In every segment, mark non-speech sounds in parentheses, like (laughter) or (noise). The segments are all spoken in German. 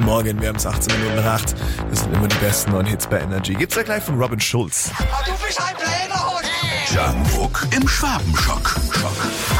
Morgen. Wir haben es 18 Minuten nach 8. Das sind immer die besten neuen Hits bei Energy. Gibt's da gleich von Robin Schulz. Du bist ein blöder Hund! Jungfunk im Schwabenschock. Schock.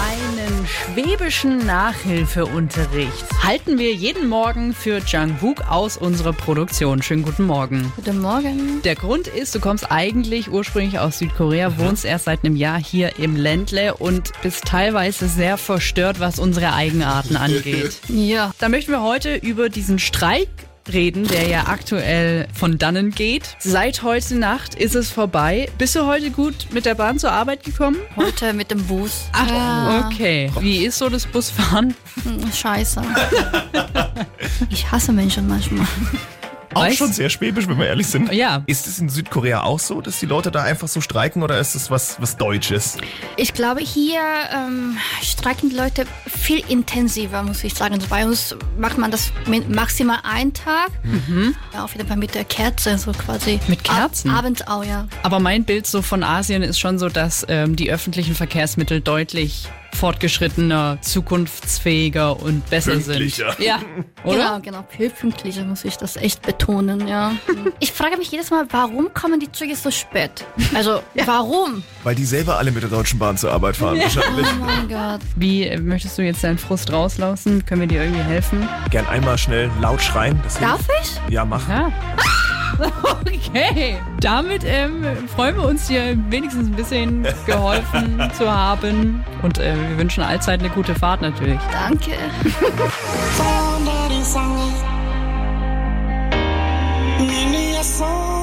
Einen schwäbischen Nachhilfeunterricht halten wir jeden Morgen für Jung Wook aus unserer Produktion. Schönen guten Morgen. Guten Morgen. Der Grund ist, du kommst eigentlich ursprünglich aus Südkorea, wohnst erst seit einem Jahr hier im Ländle und bist teilweise sehr verstört, was unsere Eigenarten (laughs) angeht. Ja, Da möchten wir heute über diesen Streik reden, der ja aktuell von dannen geht. Seit heute Nacht ist es vorbei. Bist du heute gut mit der Bahn zur Arbeit gekommen? heute mit dem Bus. Ach, ja. okay. Wie ist so das Busfahren? Hm, (laughs) Scheiße. ich hasse Menschen manchmal. Auch Weiß- schon sehr schwäbisch, wenn wir ehrlich sind. Ja. Ist es in Südkorea auch so, dass die Leute da einfach so streiken oder ist es was, was Deutsches? Ich glaube, hier ähm, streiken die Leute viel intensiver, muss ich sagen. Also bei uns macht man das mi- maximal einen Tag. Ja, auf jeden Fall mit der Kerze, so quasi. Mhm. Mit Kerzen? Ab, abends auch, ja. Aber mein Bild so von Asien ist schon so, dass ähm, die öffentlichen Verkehrsmittel deutlich fortgeschrittener, zukunftsfähiger und besser sind. Pünktlicher. Ja, (laughs) oder? Genau, genau. Viel pünktlicher muss ich das echt betonen, ja. ich frage mich jedes Mal, warum kommen die Züge so spät? Also, warum? Weil die selber alle mit der Deutschen Bahn zur Arbeit fahren wahrscheinlich. Oh mein Gott. Wie äh, möchtest du jetzt deinen Frust rauslassen? Können wir dir irgendwie helfen? Gern einmal schnell laut schreien. Das Darf hilft. ich? Ja, mach. Ja. Okay, damit ähm, freuen wir uns dir wenigstens ein bisschen geholfen zu haben. Und äh, wir wünschen allzeit eine gute Fahrt natürlich. Danke. Somebody sang it. Many a song.